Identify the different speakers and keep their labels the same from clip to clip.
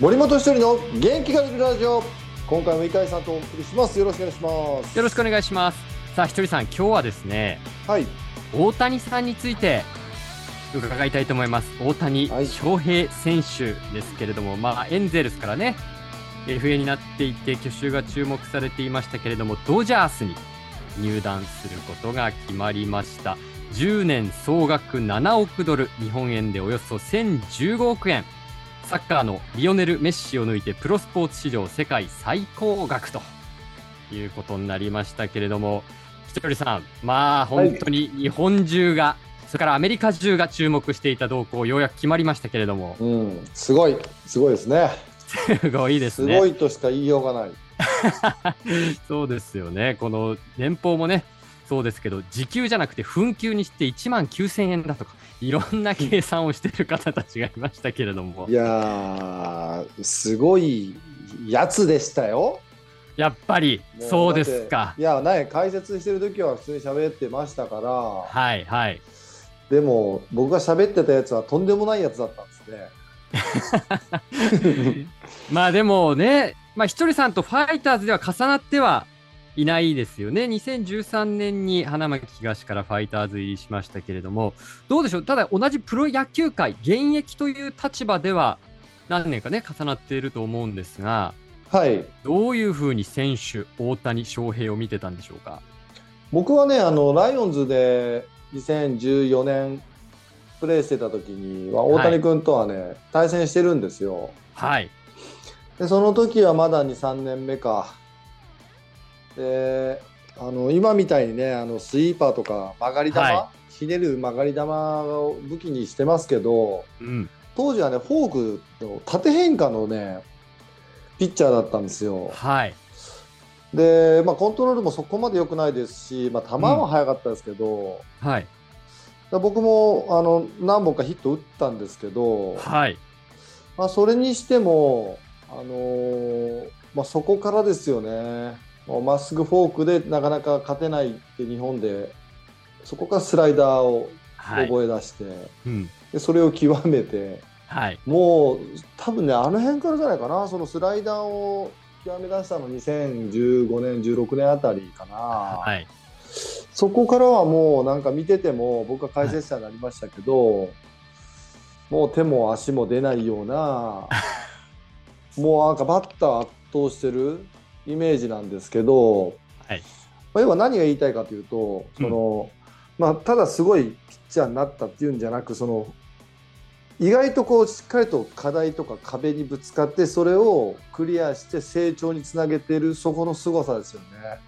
Speaker 1: 森本一人の元気が出るラジオ今回も井上さんとお送りしますよろしくお願いします
Speaker 2: よろしくお願いします。さあ、ひとりさん、今日はですね、
Speaker 1: はい
Speaker 2: 大谷さんについて伺いたいと思います。大谷
Speaker 1: はい
Speaker 2: 翔平選手ですけれども、まあ、エンゼルスからね、FA になっていて、去就が注目されていましたけれども、ドジャースに入団することが決まりました。10年総額7億ドル、日本円でおよそ1015億円。サッカーのリオネル・メッシを抜いてプロスポーツ史上世界最高額ということになりましたけれども、ひとりさん、まあ
Speaker 1: はい
Speaker 2: 本当に日本中が、それからアメリカ中が注目していた動向、ようやく決まりましたけれども、
Speaker 1: うんすごいすごいですね
Speaker 2: すごいです
Speaker 1: す
Speaker 2: ね。
Speaker 1: ごいとしか言いようがない
Speaker 2: そうですよね、この年俸もね、そうですけど、時給じゃなくて、分給にして1万9000円だとか、いろんな計算をしている方たちがいましたけれども
Speaker 1: い、やーすごいやつでしたよ
Speaker 2: やっぱり
Speaker 1: も
Speaker 2: そうですか
Speaker 1: だっ。ていやね解説してる時は普通に喋ってましたから
Speaker 2: はいはい。
Speaker 1: でも僕が喋ってたやつはとんでもないやつだったんですね
Speaker 2: まあでもね、まあ、ひとりさんとファイターズでは重なってはいないですよね。2013年に花巻東からファイターズ入りしましたけれども、どうでしょう、ただ同じプロ野球界、現役という立場では何年かね、重なっていると思うんですが、
Speaker 1: はい
Speaker 2: どういうふうに選手、大谷翔平を見てたんでしょうか。
Speaker 1: 僕はねあのライオンズで2014年プレーしてた時には
Speaker 2: はい
Speaker 1: 大谷君とはね、対戦してるんですよ
Speaker 2: はい。
Speaker 1: でその時はまだ23年目かであの今みたいにねあのスイーパーとか曲がり球、
Speaker 2: は
Speaker 1: ひねる曲がり球を武器にしてますけど
Speaker 2: うん。
Speaker 1: 当時はねフォークの縦変化のねピッチャーだったんですよ
Speaker 2: はい。
Speaker 1: で、まあ、コントロールもそこまで良くないですし、まあ、球は速かったですけど、
Speaker 2: は
Speaker 1: だ
Speaker 2: い。
Speaker 1: から僕もあの何本かヒット打ったんですけど、
Speaker 2: はい。
Speaker 1: まあ、それにしても、あのーまあ、そこからですよねもうまっすぐフォークでなかなか勝てないって日本でそこからスライダーを
Speaker 2: はい。
Speaker 1: 覚え出して、
Speaker 2: うん。
Speaker 1: でそれを極めて
Speaker 2: はい。
Speaker 1: もう多分ねあの辺からじゃないかなそのスライダーを極め出したの2015年16年あたりかな。
Speaker 2: はい。
Speaker 1: そこからはもうなんか見てても僕は解説者になりましたけど、もう手も足も出ないよう なもうなんかバッター圧倒してるイメージなんですけど、
Speaker 2: はい
Speaker 1: まあ、要は何が言いたいかというとその、まあ、ただすごいピッチャーになったっていうんじゃなくその意外とこうしっかりと課題とか壁にぶつかってそれをクリアして成長につなげてるそこの凄さですよね。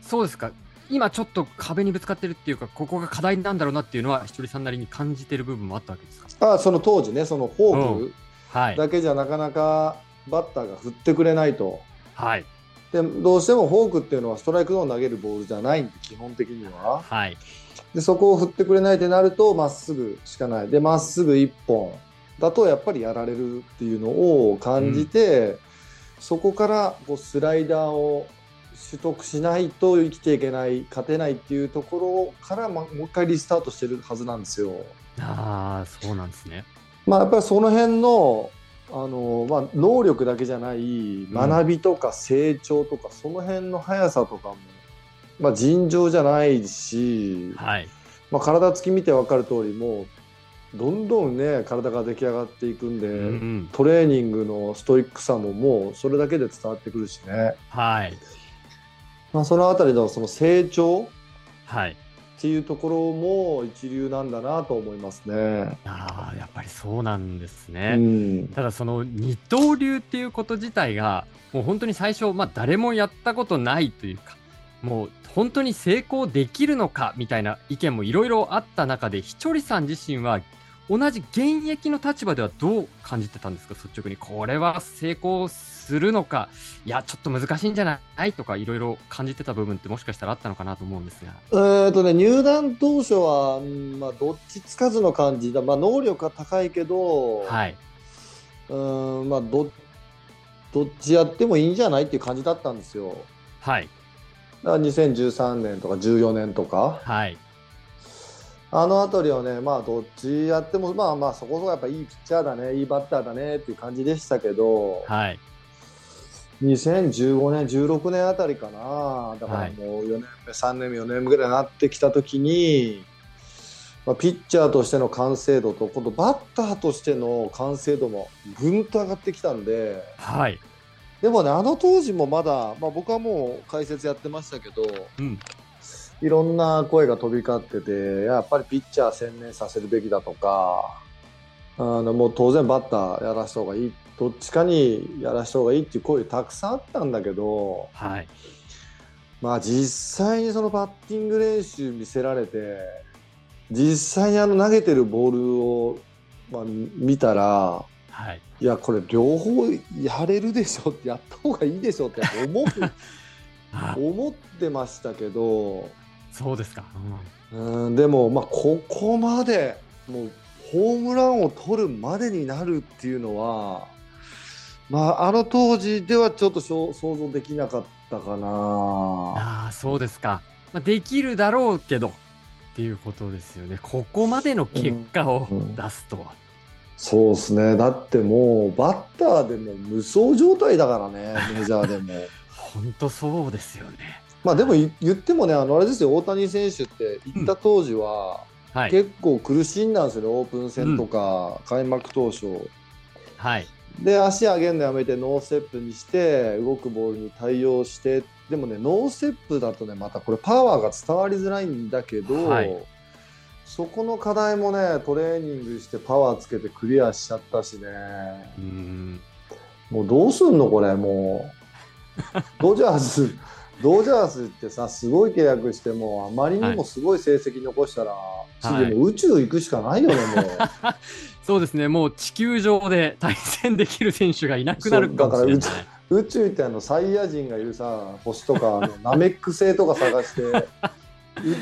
Speaker 2: そうですか。今ちょっと壁にぶつかってるっていうか、ここが課題なんだろうなっていうのは、ひとりさんなりに感じてる部分もあったわけですか。
Speaker 1: あその当時ねそのフォーク、
Speaker 2: うはい。
Speaker 1: だけじゃなかなかバッターが振ってくれないと。
Speaker 2: はい。
Speaker 1: でどうしてもフォークっていうのはストライクゾーン投げるボールじゃないんで基本的には
Speaker 2: はい。
Speaker 1: でそこを振ってくれないってなるとまっすぐしかないでまっすぐ1本だとやっぱりやられるっていうのを感じて、そこからこうスライダーを取得しないと生きていけない勝てないっていうところから、ま、もう一回リスタートしてるはずなんですよ。
Speaker 2: ああ、そうなんですね。
Speaker 1: まあ、やっぱりその辺のあの、まあ、能力だけじゃない学びとか成長とか、その辺の速さとかも、まあ、尋常じゃないし、
Speaker 2: はい。
Speaker 1: まあ、体つき見て分かる通りもうどんどんね体が出来上がっていくんで、
Speaker 2: うんうん。
Speaker 1: トレーニングのストイックさももうそれだけで伝わってくるしね、
Speaker 2: はい。
Speaker 1: まあ、その辺りのその成長
Speaker 2: はい。
Speaker 1: っていうところも一流なんだなと思いますね。
Speaker 2: ああ、やっぱりそうなんです
Speaker 1: う
Speaker 2: ね。
Speaker 1: ん、
Speaker 2: ただその二刀流っていうこと自体がもう本当に最初、まあ、誰もやったことないというかもう本当に成功できるのかみたいな意見もいろいろあった中でひとりさん自身は同じ現役の立場ではどう感じてたんですか率直にこれは成功するのかいやちょっと難しいんじゃないとかいろいろ感じてた部分ってもしかしたらあったのかなと思うんですが
Speaker 1: えーとね、入団当初は、うんまあ、どっちつかずの感じだ、まあ、能力が高いけど、
Speaker 2: はい、
Speaker 1: うんまあ、どどっちやってもいいんじゃないっていう感じだったんですよ。
Speaker 2: はい、
Speaker 1: だから2013年とか14年とか、
Speaker 2: はい、
Speaker 1: あの辺りはね、まあ、どっちやっても、まあまあ、そこそこやっぱいいピッチャーだね、いいバッターだねっていう感じでしたけど、
Speaker 2: はい。
Speaker 1: 2015年、16年あたりかな、だからもう4年目、3年目、4年目ぐらいになってきたときに、まあ、ピッチャーとしての完成度と、今度、バッターとしての完成度もぐんと上がってきたんで、
Speaker 2: はい。
Speaker 1: でもね、あの当時もまだ、まあ、僕はもう解説やってましたけど、
Speaker 2: うん。
Speaker 1: いろんな声が飛び交ってて、やっぱりピッチャー専念させるべきだとか、あのもう当然バッターやらした方がいい、どっちかにやらした方がいいっていう声たくさんあったんだけど、
Speaker 2: はい。
Speaker 1: まあ実際にそのバッティング練習見せられて、実際にあの投げてるボールを、まあ、見たら、
Speaker 2: はい。
Speaker 1: いや、これ両方やれるでしょ って、やった方がいいでしょってやっぱ思う
Speaker 2: あ
Speaker 1: 思ってましたけど、
Speaker 2: そうですか。うん
Speaker 1: うんでも、まあ、ここまでもうホームランを取るまでになるっていうのは、まあ、あの当時ではちょっとしょ想像できなかったかな。
Speaker 2: ああ、そうですか。まあ、できるだろうけど、っていうことですよね。ここまでの結果を
Speaker 1: うんうん
Speaker 2: 出すとは。
Speaker 1: そうですねだってもうバッターでも無双状態だからねメジャーでも。
Speaker 2: 本当そうですよね。
Speaker 1: まあでもい言ってもねあのあれですよ大谷選手って行った当時は、
Speaker 2: はい。
Speaker 1: 結構苦しんだんですよねオープン戦とか、開幕当初。
Speaker 2: はい。
Speaker 1: で足上げるのやめてノーステップにして動くボールに対応してでもねノーステップだとねまたこれパワーが伝わりづらいんだけど、
Speaker 2: はい
Speaker 1: そこの課題もねトレーニングしてパワーつけてクリアしちゃったしね
Speaker 2: うーん。
Speaker 1: もうどうすんのこれ もうドジャースドジャースってさすごい契約してもあまりにもすごい成績残したら、次もう宇宙行くしかないよね、もう。
Speaker 2: そうですね。もう地球上で対戦できる選手がいなくなるかもしれない。
Speaker 1: そうだ宇宙ってあのサイヤ人がいるさ星とかあ のナメック星とか探して宇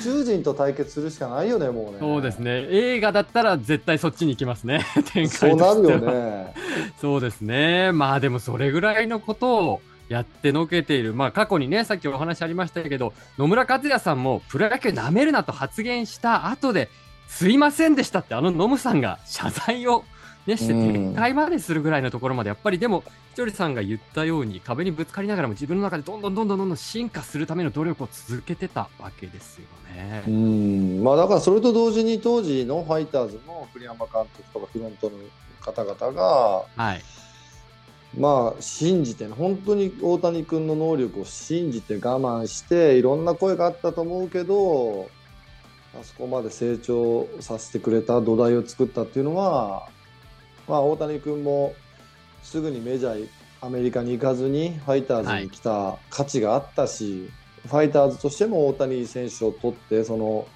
Speaker 1: 宙人と対決するしかないよねもうね
Speaker 2: そうですね。映画だったら絶対そっちに行きますね。展開として
Speaker 1: そう
Speaker 2: は
Speaker 1: なるよ ね
Speaker 2: そうですね。まあでもそれぐらいのことをやってのけている。まあ過去にね、さっきお話ありましたけど、野村克也さんもプロ野球舐めるなと発言した後で、すいませんでしたってあのノムさんが謝罪を、ね、して
Speaker 1: うん
Speaker 2: 撤回までするぐらいのところまで、やっぱりでも、ひとりさんが言ったように壁にぶつかりながらも自分の中でどんどんどんどんどんどん進化するための努力を続けてたわけですよね
Speaker 1: う。んまあだからそれと同時に当時のファイターズの栗山監督とかフロントの方々が
Speaker 2: はい。
Speaker 1: まあ信じてね本当に大谷君の能力を信じて我慢していろんな声があったと思うけどあそこまで成長させてくれた土台を作ったっていうのは、まあ、大谷君もすぐにメジャーアメリカに行かずにファイターズに来た価値があったし、ファイターズとしても大谷選手を取ってその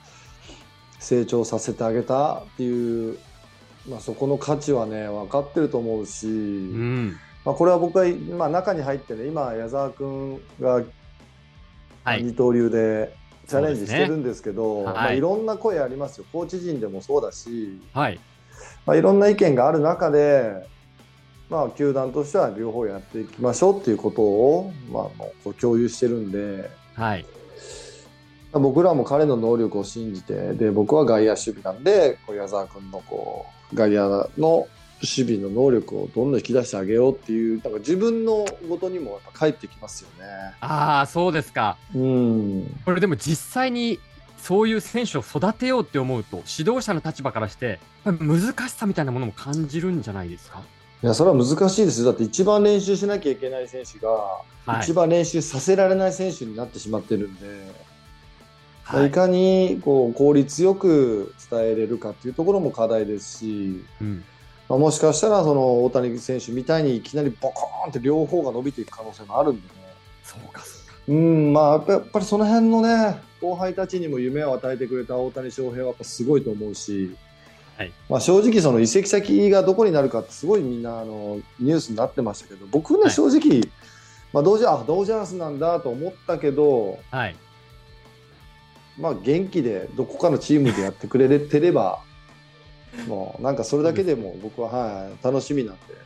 Speaker 1: 成長させてあげたっていう、まあ、そこの価値はね分かってると思うし。
Speaker 2: うん。
Speaker 1: まあ、これは僕は今中に入ってね今矢沢君が
Speaker 2: はい。
Speaker 1: 二刀流でチャレンジしてるんですけ
Speaker 2: そう
Speaker 1: ど
Speaker 2: で
Speaker 1: ま
Speaker 2: すねは
Speaker 1: あ、
Speaker 2: い
Speaker 1: いろんな声ありますよコーチ陣でもそうだし、
Speaker 2: はい。
Speaker 1: まあ、いろんな意見がある中で、まあ、球団としては両方やっていきましょうっていうことを、まあ、もうこう共有してるんで。
Speaker 2: はい。
Speaker 1: 僕らも彼の能力を信じてで僕は外野守備なんでこう矢沢君のこう外野の守備の能力をどんどん引き出してあげようっていうなんか自分のことにもやっぱ返ってきますよね。
Speaker 2: ああ、そうですか。
Speaker 1: うん
Speaker 2: これでも実際にそういう選手を育てようって思うと指導者の立場からしてやっぱり難しさみたいなものも感じるんじゃないですか
Speaker 1: いやそれは難しいですよだって一番練習しなきゃいけない選手が、
Speaker 2: はい
Speaker 1: 一番練習させられない選手になってしまってるんで、
Speaker 2: はい
Speaker 1: い、かにこう効率よく伝えれるかっていうところも課題ですし
Speaker 2: うん、
Speaker 1: まあ、もしかしたらその大谷選手みたいにいきなりボコーンって両方が伸びていく可能性もあるんでね。
Speaker 2: そうかそうか
Speaker 1: うんまあ、やっぱやっぱりその辺のね後輩たちにも夢を与えてくれた大谷翔平はやっぱすごいと思うし、
Speaker 2: はい
Speaker 1: まあ、正直その移籍先がどこになるかってすごいみんなあのニュースになってましたけど僕
Speaker 2: は
Speaker 1: ね
Speaker 2: い
Speaker 1: 正直、まあ、ドジャーあドジャースなんだと思ったけど、
Speaker 2: はい
Speaker 1: まあ、元気でどこかのチームでやってく れてればもうなんかそれだけでも僕は、はい、楽しみなんで。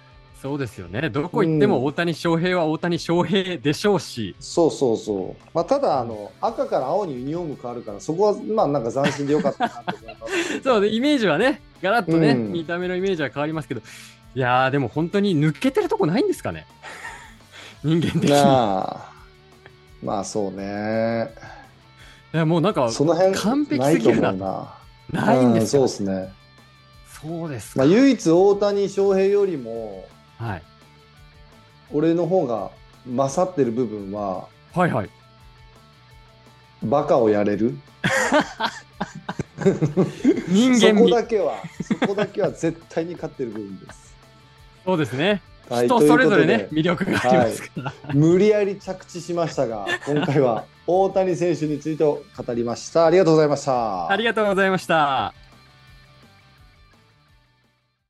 Speaker 2: そうですよね。どこ行っても大谷翔平は大谷翔平でしょうし、
Speaker 1: そうそうそう、まあ、ただあの赤から青にユニフォーム変わるからそこはまあなんか斬新でよかったなと思います
Speaker 2: そうでイメージはね、ガラッとね、
Speaker 1: うん
Speaker 2: 見た目のイメージは変わりますけど、いやー、でも本当に抜けてるとこないんですかね。 人間的に。い
Speaker 1: なあまあそうね
Speaker 2: やもうなんか、
Speaker 1: その辺
Speaker 2: 完璧
Speaker 1: な
Speaker 2: す
Speaker 1: いと
Speaker 2: ぎる
Speaker 1: 思
Speaker 2: な
Speaker 1: うな
Speaker 2: ないんで
Speaker 1: う
Speaker 2: す
Speaker 1: そう
Speaker 2: よ。
Speaker 1: ですね、
Speaker 2: そうです
Speaker 1: ま
Speaker 2: か
Speaker 1: あ、。唯一大谷翔平よりも
Speaker 2: はい。
Speaker 1: 俺の方が勝ってる部分は
Speaker 2: はいはい。
Speaker 1: バカをやれる
Speaker 2: 人
Speaker 1: そ
Speaker 2: 間
Speaker 1: こ
Speaker 2: 味。
Speaker 1: だけはそこだけは絶対に勝ってる部分です、
Speaker 2: そうですね。
Speaker 1: はい、
Speaker 2: 人それぞれね、
Speaker 1: という
Speaker 2: 魅力がありますから。
Speaker 1: ことで無理やり着地しましたが今回は大谷選手について語りましたありがとうございました
Speaker 2: ありがとうございました。